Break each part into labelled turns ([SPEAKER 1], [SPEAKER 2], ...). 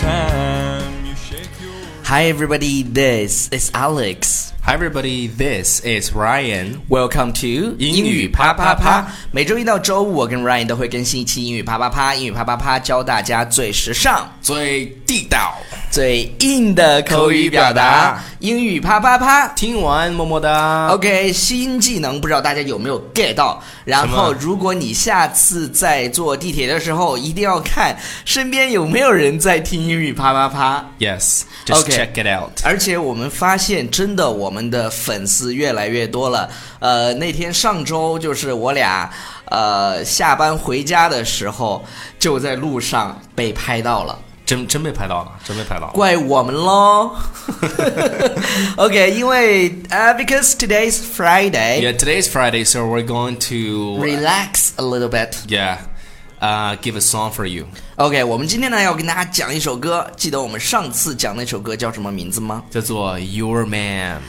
[SPEAKER 1] time you shake your
[SPEAKER 2] Hi everybody, this is Alex.
[SPEAKER 3] Hi everybody, this is Ryan。
[SPEAKER 2] Welcome to
[SPEAKER 3] 英语啪啪啪。
[SPEAKER 2] 每周一到周五，我跟 Ryan 都会更新一期英语啪啪啪。英语啪啪啪教大家最时尚、
[SPEAKER 3] 最地道，
[SPEAKER 2] 最硬的口语表达。英语啪啪啪。
[SPEAKER 3] 听完么么哒。
[SPEAKER 2] OK，新技能不知道大家有没有 get 到？然后，
[SPEAKER 3] 什么
[SPEAKER 2] 如果你下次在坐地铁的时候，一定要看身边有没有人在听英语啪啪啪。
[SPEAKER 3] Yes, just
[SPEAKER 2] Okay.
[SPEAKER 3] check it out。
[SPEAKER 2] 而且我们发现，真的，我们的粉丝越来越多了。呃，那天上周就是我俩，呃，下班回家的时候，就在路上被拍到了，
[SPEAKER 3] 真真被拍到了，真被拍到了。
[SPEAKER 2] 怪我们喽。OK，因为呃、b e c a u s e today's Friday，relax
[SPEAKER 3] Yeah, today's Friday, so we're going to
[SPEAKER 2] a little bit。
[SPEAKER 3] yeah, uh, give a song for you，
[SPEAKER 2] OK，我们今天呢要跟大家讲一首歌，记得我们上次讲那首歌叫什么名字吗？
[SPEAKER 3] 叫做 Your Man。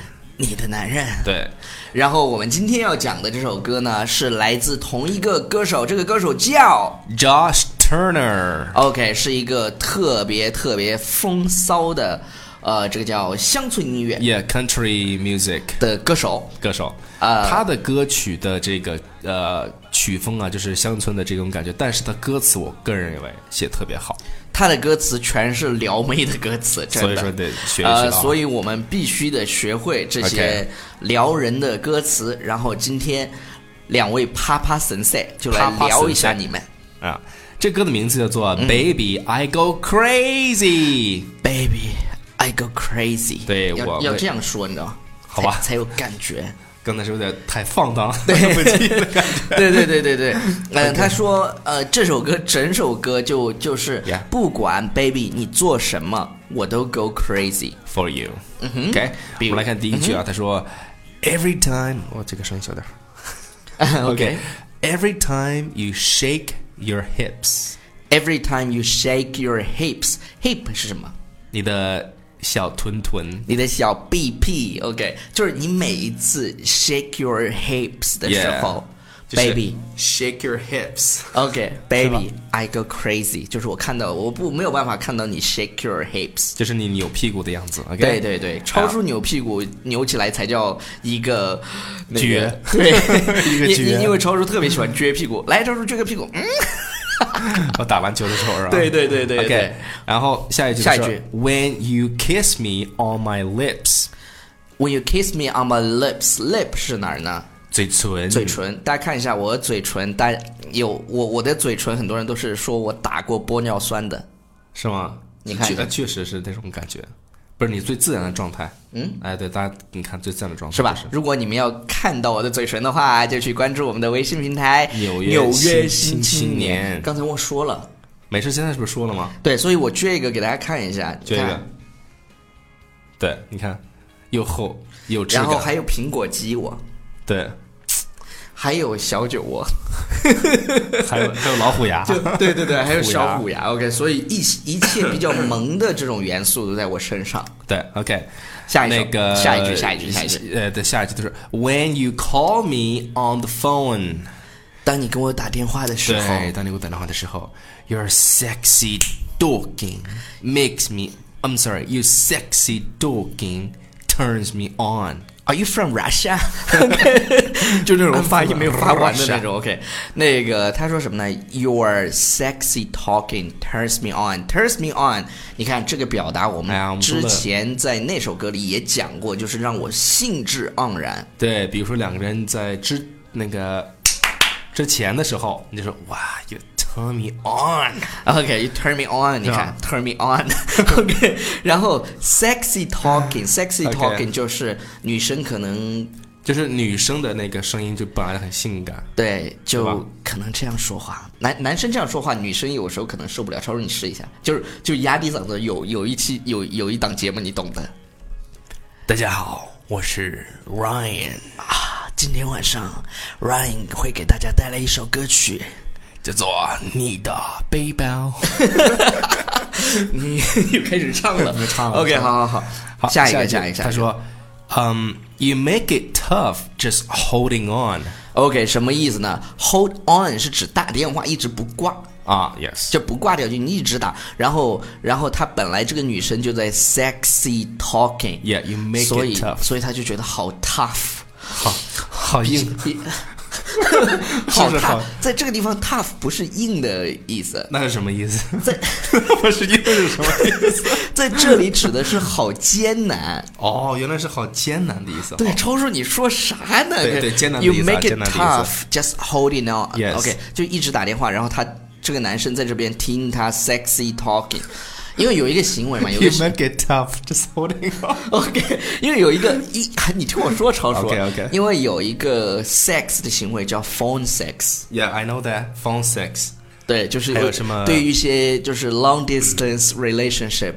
[SPEAKER 2] 你的男人。
[SPEAKER 3] 对，
[SPEAKER 2] 然后我们今天要讲的这首歌呢，是来自同一个歌手，这个歌手叫
[SPEAKER 3] Josh Turner。
[SPEAKER 2] OK，是一个特别特别风骚的，呃，这个叫乡村音乐
[SPEAKER 3] Yeah, country music
[SPEAKER 2] 的歌手。
[SPEAKER 3] 歌手，
[SPEAKER 2] 呃
[SPEAKER 3] 他的歌曲的这个呃曲风啊，就是乡村的这种感觉，但是他歌词我个人认为写得特别好，
[SPEAKER 2] 他的歌词全是撩妹的歌词，真
[SPEAKER 3] 所
[SPEAKER 2] 的。
[SPEAKER 3] 以说得学习啊
[SPEAKER 2] 呃，
[SPEAKER 3] 到。
[SPEAKER 2] 所以我们必须得学会这些
[SPEAKER 3] OK
[SPEAKER 2] 撩人的歌词。然后今天两位啪啪神赛就来
[SPEAKER 3] 啪啪
[SPEAKER 2] 聊一下
[SPEAKER 3] 神赛
[SPEAKER 2] 你们
[SPEAKER 3] 啊，这歌的名字叫做
[SPEAKER 2] 嗯
[SPEAKER 3] 《Baby I Go Crazy》，
[SPEAKER 2] ，Baby。I go crazy，
[SPEAKER 3] 对
[SPEAKER 2] 要
[SPEAKER 3] 我
[SPEAKER 2] 要
[SPEAKER 3] 会
[SPEAKER 2] 这样说，你知道吗？
[SPEAKER 3] 好吧
[SPEAKER 2] 才才有感觉。
[SPEAKER 3] 刚才是有点太放荡了，对不起的感觉。
[SPEAKER 2] 对对对对对，呃，他说，呃，这首歌整首歌就就是
[SPEAKER 3] Yeah.
[SPEAKER 2] 不管 baby 你做什么，我都 go crazy。
[SPEAKER 3] For you，OK，我
[SPEAKER 2] 嗯
[SPEAKER 3] 们来看第一句啊，他说，Every time，我这个声音小点儿 OK，Every time you shake your hips，
[SPEAKER 2] Every time you shake your hips，hip 是什么？
[SPEAKER 3] 你的小臀臀
[SPEAKER 2] 你的小臂屁。OK，就是你每一次 shake your hips 的时候
[SPEAKER 3] Yeah，就是
[SPEAKER 2] baby。
[SPEAKER 3] shake your hips。
[SPEAKER 2] OK，baby，I、go crazy，就是我看到我不没有办法看到你 shake your hips，
[SPEAKER 3] 就是你扭屁股的样子，OK？
[SPEAKER 2] 对对对，超出扭屁股扭起来才叫一 个那个
[SPEAKER 3] 撅
[SPEAKER 2] 对，
[SPEAKER 3] 一个
[SPEAKER 2] 因
[SPEAKER 3] 撅
[SPEAKER 2] 因因为超叔特别喜欢撅屁股，来，超叔撅个屁股，嗯，
[SPEAKER 3] 我打篮球的时候啊。
[SPEAKER 2] 对对对对
[SPEAKER 3] OK，
[SPEAKER 2] 对
[SPEAKER 3] 然后下一句，
[SPEAKER 2] 下一句
[SPEAKER 3] ，When you kiss me on my lips，
[SPEAKER 2] When you kiss me on my lips，lip 是哪儿呢？
[SPEAKER 3] 嘴唇，
[SPEAKER 2] 嘴唇，大家看一下我的嘴唇，大家有我我的嘴唇，很多人都是说我打过玻尿酸的。
[SPEAKER 3] 是吗？
[SPEAKER 2] 你看一下
[SPEAKER 3] 确确实是那种感觉，不是你最自然的状态。嗯，哎，对，大家你看最自然的状态
[SPEAKER 2] 是吧
[SPEAKER 3] 就？
[SPEAKER 2] 如果你们要看到我的嘴唇的话，就去关注我们的微信平台
[SPEAKER 3] 纽约
[SPEAKER 2] 约
[SPEAKER 3] 新
[SPEAKER 2] 新
[SPEAKER 3] 新
[SPEAKER 2] 青
[SPEAKER 3] 青年
[SPEAKER 2] 刚才我说了，
[SPEAKER 3] 没事，现在是不是说了吗？
[SPEAKER 2] 对，所以我撅一个给大家看一下，
[SPEAKER 3] 这
[SPEAKER 2] 你
[SPEAKER 3] 个
[SPEAKER 2] 看，
[SPEAKER 3] 对，你看，又厚又质
[SPEAKER 2] 然
[SPEAKER 3] 感，
[SPEAKER 2] 后还有苹果肌我，
[SPEAKER 3] 对，
[SPEAKER 2] 还有小酒 窝，
[SPEAKER 3] 还有还有老虎牙，
[SPEAKER 2] 就对对对，还有小
[SPEAKER 3] 虎
[SPEAKER 2] 虎牙。OK，所以一一切比较萌的这种元素都在我身上。
[SPEAKER 3] 对，OK。
[SPEAKER 2] 下一首
[SPEAKER 3] 那个
[SPEAKER 2] 下一句，下一句，下一句。，
[SPEAKER 3] 呃，对，下一句就是 When you call me on the phone，
[SPEAKER 2] 当你跟我打电话的时候
[SPEAKER 3] 对，当你给我打电话的时候，Your sexy talking makes me，I'm sorry，you sexy talking turns me on。
[SPEAKER 2] ，Are you from Russia？就那种发音没有发完的那种。OK，那个他说什么呢？Your sexy talking turns me on, turns me on。你看这个表达，我
[SPEAKER 3] 哎呀我
[SPEAKER 2] 们
[SPEAKER 3] 们说
[SPEAKER 2] 之
[SPEAKER 3] 的
[SPEAKER 2] 前在那首歌里也讲过，就是让我兴致盎然。
[SPEAKER 3] 对，比如说两个人在之那个之前的时候，你就说哇，you turn me on。
[SPEAKER 2] OK，you、turn me on，你
[SPEAKER 3] 是吧
[SPEAKER 2] 看 turn me on。OK，然后 sexy talking，sexy
[SPEAKER 3] OK
[SPEAKER 2] talking 就是女生可能
[SPEAKER 3] 就是女生的那个声音就本来很性感，
[SPEAKER 2] 对
[SPEAKER 3] 吧
[SPEAKER 2] 就可能这样说话，男男生这样说话，女生有时候可能受不了。超叔，你试一下，就是就压低嗓子。有有一期有有一档节目，你懂的
[SPEAKER 3] 大家好，我是 Ryan，
[SPEAKER 2] 啊。今天晚上 Ryan 会给大家带来一首歌曲。
[SPEAKER 3] 叫做你的背包。
[SPEAKER 2] 你 又开始唱 了，
[SPEAKER 3] 唱了
[SPEAKER 2] OK，
[SPEAKER 3] 唱了
[SPEAKER 2] 好好
[SPEAKER 3] 好，
[SPEAKER 2] 下一
[SPEAKER 3] 一
[SPEAKER 2] 个，
[SPEAKER 3] 句
[SPEAKER 2] 下一个，下一
[SPEAKER 3] 他
[SPEAKER 2] 个
[SPEAKER 3] 说，嗯、y o u make it tough just holding on。
[SPEAKER 2] OK，什么意思呢？Hold on 是指打电话一直不挂，
[SPEAKER 3] Ah, yes.
[SPEAKER 2] 就不挂掉，就你一直打。然后，然后她本来这个女生就在 sexy talking，
[SPEAKER 3] Yeah, you make
[SPEAKER 2] 所
[SPEAKER 3] it
[SPEAKER 2] 以
[SPEAKER 3] tough.
[SPEAKER 2] 所以她就觉得好 tough，
[SPEAKER 3] 好，好硬，
[SPEAKER 2] 好
[SPEAKER 3] 是不是
[SPEAKER 2] tough
[SPEAKER 3] 好。
[SPEAKER 2] 在这个地方 tough 不是硬的意思，
[SPEAKER 3] 那是什么意思？
[SPEAKER 2] 在
[SPEAKER 3] 我是硬是什么意思？
[SPEAKER 2] 在这里指的是好艰 难。
[SPEAKER 3] 哦，原来是好艰难的意思。
[SPEAKER 2] 对，超叔，你说啥呢？
[SPEAKER 3] 对对艰难的
[SPEAKER 2] You
[SPEAKER 3] 意思啊
[SPEAKER 2] make it
[SPEAKER 3] 艰难的意
[SPEAKER 2] tough,
[SPEAKER 3] 思
[SPEAKER 2] just holding on.
[SPEAKER 3] Yes
[SPEAKER 2] OK，就一直打电话，然后他这个男生在这边听他 sexy talking，因为有一个行为嘛，有一
[SPEAKER 3] You
[SPEAKER 2] 个
[SPEAKER 3] make it tough, just holding on.
[SPEAKER 2] OK，因为有一个一， 你听我说，超叔。
[SPEAKER 3] OK，OK
[SPEAKER 2] 因为有一个 sex 的行为叫 phone sex，
[SPEAKER 3] Yeah, I know that. Phone sex.
[SPEAKER 2] 对，就是
[SPEAKER 3] 还有什么
[SPEAKER 2] 对于一些就是 long distance relationship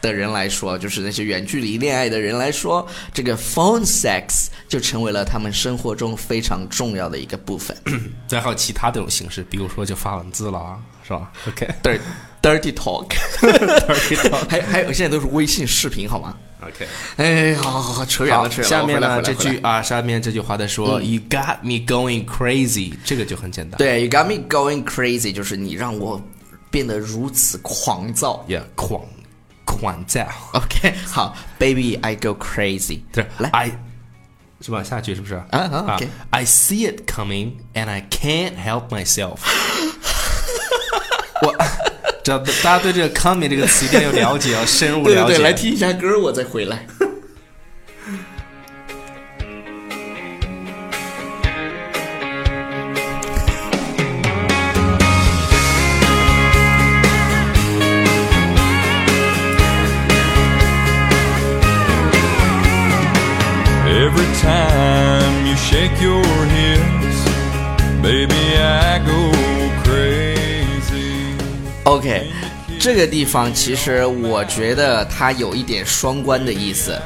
[SPEAKER 2] 的人来说，就是那些远距离恋爱的人来说，这个 phone sex 就成为了他们生活中非常重要的一个部 分。
[SPEAKER 3] 再还有其他这种形式，比如说就发文字了啊，是吧？OK，
[SPEAKER 2] 对，dirty talk，
[SPEAKER 3] talk
[SPEAKER 2] 还还有现在都是微信视频，好吗？
[SPEAKER 3] OK。
[SPEAKER 2] 哎，好好好，扯远
[SPEAKER 3] 好
[SPEAKER 2] 了，扯远了。
[SPEAKER 3] 下
[SPEAKER 2] 回
[SPEAKER 3] 面
[SPEAKER 2] 来
[SPEAKER 3] 呢
[SPEAKER 2] 回来
[SPEAKER 3] 这
[SPEAKER 2] 回来
[SPEAKER 3] 句啊，下面这句话在说、You got me going crazy，这个就很简单。
[SPEAKER 2] 对，You got me going crazy，就是你让我变得如此狂躁。
[SPEAKER 3] ，Yeah，狂狂躁。
[SPEAKER 2] OK，好，Baby，I go crazy。
[SPEAKER 3] 对，
[SPEAKER 2] 来
[SPEAKER 3] I 是吧？下句是不是？啊
[SPEAKER 2] 啊，OK
[SPEAKER 3] I see it coming and I can't help myself 我。这大家对这个 coming 这个词一定要了解，要深入
[SPEAKER 2] 对对
[SPEAKER 3] 了解。
[SPEAKER 2] 对，来听一下歌，我再回来。
[SPEAKER 1] Every time you shake your hips, baby, I go crazy.
[SPEAKER 2] OK，这个地方其实我觉得它有一点双关的意思。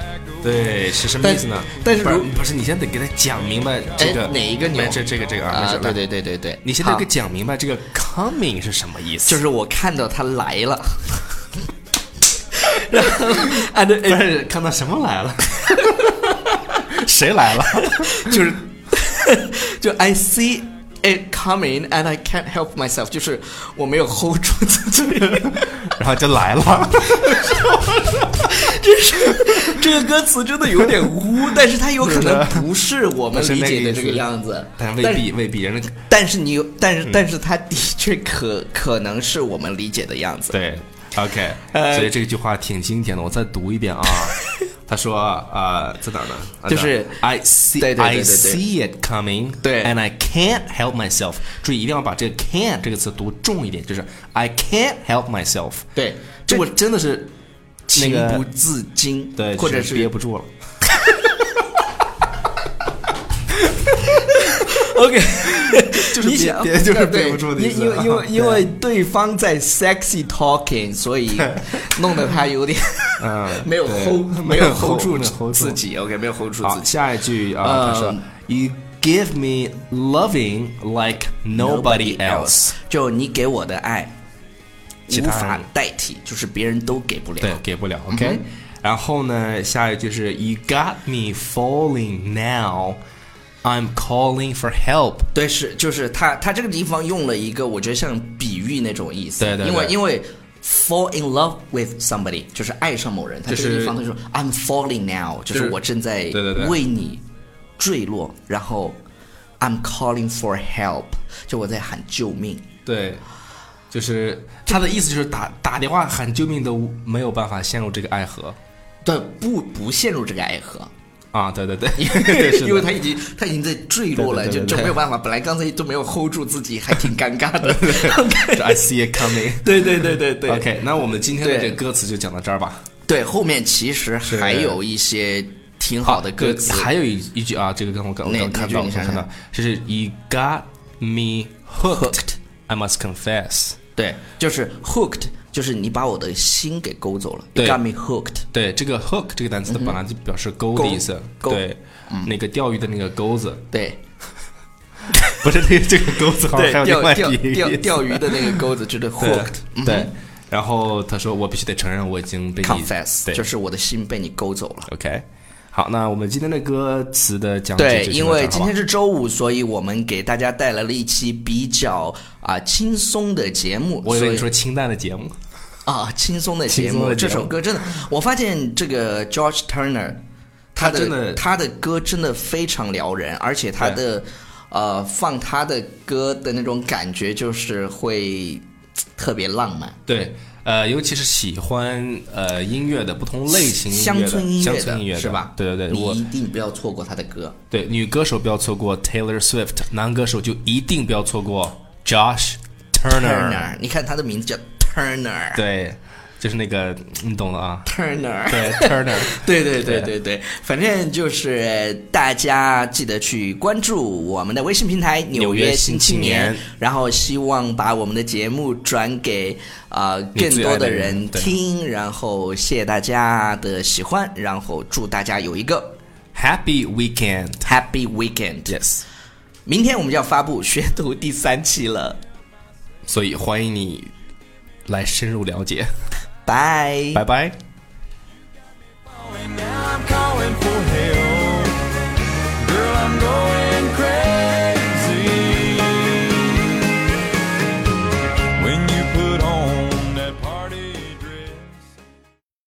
[SPEAKER 3] 对，是什么
[SPEAKER 2] 但
[SPEAKER 3] 意思呢？
[SPEAKER 2] 但是
[SPEAKER 3] 不是
[SPEAKER 2] 如
[SPEAKER 3] 不是，你先得给他讲明白这个
[SPEAKER 2] 哎哪一个牛
[SPEAKER 3] 没这这个这个啊，没
[SPEAKER 2] 啊
[SPEAKER 3] 事，
[SPEAKER 2] 对
[SPEAKER 3] 来
[SPEAKER 2] 对对对对，
[SPEAKER 3] 你现在
[SPEAKER 2] 好
[SPEAKER 3] 给讲明白这个 coming 是什么意思？
[SPEAKER 2] 就是我看到他来 了，然后 and
[SPEAKER 3] 不是看到什么来了？ 谁来了？
[SPEAKER 2] 就是 就 I see it coming and I can't help myself，就是我没有 hold 住自己。
[SPEAKER 3] 然后就来了。
[SPEAKER 2] 这个歌词真的有点污，但是它有可能不是我们理解的这个样子，
[SPEAKER 3] 但未必嗯未必，人家
[SPEAKER 2] 但。但是你有，但是但是它的确可可能是我们理解的样子。
[SPEAKER 3] 对，OK，所以
[SPEAKER 2] 呃
[SPEAKER 3] 这句话挺经典的，我再读一 遍啊。他说啊，在哪儿呢？啊
[SPEAKER 2] 就是
[SPEAKER 3] I see
[SPEAKER 2] 对对对
[SPEAKER 3] I
[SPEAKER 2] 对对
[SPEAKER 3] see it coming，
[SPEAKER 2] 对
[SPEAKER 3] ，and I can't help myself。注意，一定要把这个 can 这个词读重一点，就是 I can't help myself。
[SPEAKER 2] 对，这
[SPEAKER 3] 这我
[SPEAKER 2] 我
[SPEAKER 3] 真的是那
[SPEAKER 2] 情
[SPEAKER 3] 个
[SPEAKER 2] 不自禁，
[SPEAKER 3] 对，
[SPEAKER 2] 或者
[SPEAKER 3] 就是憋
[SPEAKER 2] 是
[SPEAKER 3] 不住了。
[SPEAKER 2] OK，
[SPEAKER 3] 就是
[SPEAKER 2] 你
[SPEAKER 3] 憋
[SPEAKER 2] 想
[SPEAKER 3] 憋就是
[SPEAKER 2] 对
[SPEAKER 3] 憋不住的意思啊
[SPEAKER 2] 因因为因为
[SPEAKER 3] 对
[SPEAKER 2] 因为对方在 sexy talking，所 以弄得他有点
[SPEAKER 3] 嗯
[SPEAKER 2] 没有
[SPEAKER 3] 对
[SPEAKER 2] hold
[SPEAKER 3] 没
[SPEAKER 2] 有
[SPEAKER 3] 有 hold
[SPEAKER 2] 住
[SPEAKER 3] 没有 hold 住
[SPEAKER 2] 自己，OK，没有 hold 住
[SPEAKER 3] 好，
[SPEAKER 2] 自己。
[SPEAKER 3] 下一句啊，他说
[SPEAKER 2] 嗯
[SPEAKER 3] You give me loving like nobody else。
[SPEAKER 2] 就你给我的爱
[SPEAKER 3] 其
[SPEAKER 2] 无
[SPEAKER 3] 他人
[SPEAKER 2] 法代替，就是别人都给不了。
[SPEAKER 3] 对，给
[SPEAKER 2] 嗯
[SPEAKER 3] 不了。OK，、然后呢，下一句是 You got me falling now, I'm calling for help。
[SPEAKER 2] 对，是就是他他这个地方用了一个我觉得像比喻那种意思，
[SPEAKER 3] 对对
[SPEAKER 2] 因为
[SPEAKER 3] 对
[SPEAKER 2] 因为 fall in love with somebody 就是爱上某人，他
[SPEAKER 3] 就是
[SPEAKER 2] 这个地方他说 I'm falling now，就是
[SPEAKER 3] 是
[SPEAKER 2] 我正在
[SPEAKER 3] 对对对
[SPEAKER 2] 为你坠落，然后 I'm calling for help，就我在喊救命。
[SPEAKER 3] 对，就是他的意思就是打打电话喊救命都没有办法陷入这个爱河
[SPEAKER 2] 对，不不陷入这个爱 河，
[SPEAKER 3] 啊！对对 对，
[SPEAKER 2] 因为
[SPEAKER 3] 他
[SPEAKER 2] 他已经他已经在坠落了，
[SPEAKER 3] 对对对对
[SPEAKER 2] 就就
[SPEAKER 3] 对
[SPEAKER 2] 没有办法。本来刚才都没有 hold 住自己，还挺尴尬的。
[SPEAKER 3] I see it coming。
[SPEAKER 2] 对对对对 对
[SPEAKER 3] OK，那我们今天的
[SPEAKER 2] 对
[SPEAKER 3] 这个歌词就讲到这儿吧。
[SPEAKER 2] 对，后面其实还有一些挺好的歌词，
[SPEAKER 3] 啊还有一一句啊，这个刚我刚我
[SPEAKER 2] 哪
[SPEAKER 3] 刚
[SPEAKER 2] 哪
[SPEAKER 3] 看
[SPEAKER 2] 句
[SPEAKER 3] 到，
[SPEAKER 2] 你
[SPEAKER 3] 我
[SPEAKER 2] 想
[SPEAKER 3] 看
[SPEAKER 2] 想
[SPEAKER 3] 到，就是 You got me hooked, I must confess。
[SPEAKER 2] 对，就是 hooked，就是你把我的心给勾走了，you
[SPEAKER 3] 对
[SPEAKER 2] got me hooked。
[SPEAKER 3] 对，这个 hook 这个单词它本来就表示钩的意思，
[SPEAKER 2] 钩钩
[SPEAKER 3] 对，
[SPEAKER 2] 嗯
[SPEAKER 3] 那个钓鱼的那个钩子，
[SPEAKER 2] 对
[SPEAKER 3] 不是这个这个钩子，好哦像
[SPEAKER 2] 对，
[SPEAKER 3] 还有另
[SPEAKER 2] 钓
[SPEAKER 3] 外
[SPEAKER 2] 钓
[SPEAKER 3] 一个
[SPEAKER 2] 钓
[SPEAKER 3] 意思
[SPEAKER 2] 钓鱼的那个钩 子就是 hooked
[SPEAKER 3] 对对。然后他说：“我必须得承认，我已经被你
[SPEAKER 2] confess，
[SPEAKER 3] 对
[SPEAKER 2] 就是我的心被你勾走了。
[SPEAKER 3] OK。好，好，那我们今天的歌词的讲解
[SPEAKER 2] 对，
[SPEAKER 3] 就
[SPEAKER 2] 因
[SPEAKER 3] 先嗯到这儿
[SPEAKER 2] 为今天
[SPEAKER 3] 好吧
[SPEAKER 2] 是周五，所以我们给大家带来了一期比较啊、轻松的节目。
[SPEAKER 3] 我以为你
[SPEAKER 2] 所
[SPEAKER 3] 说清淡的节目，
[SPEAKER 2] 啊，轻松的节
[SPEAKER 3] 轻松
[SPEAKER 2] 目，
[SPEAKER 3] 的节
[SPEAKER 2] 这
[SPEAKER 3] 目
[SPEAKER 2] 首歌真的，我发现这个 George Turner，
[SPEAKER 3] 他
[SPEAKER 2] 的
[SPEAKER 3] 真的
[SPEAKER 2] 他的歌真的非常撩人，而且他的呃放他的歌的那种感觉就是会特别浪漫。
[SPEAKER 3] 对，呃，尤其是喜欢呃音乐的不同类型音乐
[SPEAKER 2] 乡
[SPEAKER 3] 的
[SPEAKER 2] 村音
[SPEAKER 3] 乡
[SPEAKER 2] 乐
[SPEAKER 3] 村音乐的
[SPEAKER 2] 是吧？
[SPEAKER 3] 对对对，我
[SPEAKER 2] 你一定不要错过他的歌。
[SPEAKER 3] 对女歌手不要错过 Taylor Swift，男歌手就一定不要错过 Josh Turner。
[SPEAKER 2] Turner，你看他的名字叫 Turner，Turner，
[SPEAKER 3] 对，就是那个你懂的啊，对
[SPEAKER 2] Turner。
[SPEAKER 3] Turner。
[SPEAKER 2] 对对对对
[SPEAKER 3] 对
[SPEAKER 2] 对，反正就是呃大家记得去关注我们的微信平台《纽
[SPEAKER 3] 纽约
[SPEAKER 2] 新
[SPEAKER 3] 新青
[SPEAKER 2] 年
[SPEAKER 3] 年》，
[SPEAKER 2] 然后希望把我们的节目转给啊、呃
[SPEAKER 3] 你
[SPEAKER 2] 更
[SPEAKER 3] 最
[SPEAKER 2] 多
[SPEAKER 3] 爱的人
[SPEAKER 2] 人
[SPEAKER 3] 对
[SPEAKER 2] 听，然后谢谢大家的喜欢，然后祝大家有一个
[SPEAKER 3] Happy weekend.
[SPEAKER 2] Happy Weekend。
[SPEAKER 3] Yes，
[SPEAKER 2] 明天我们就要发布宣读第三期了，
[SPEAKER 3] 所以欢迎你来深入了解。
[SPEAKER 2] 拜
[SPEAKER 3] 拜拜。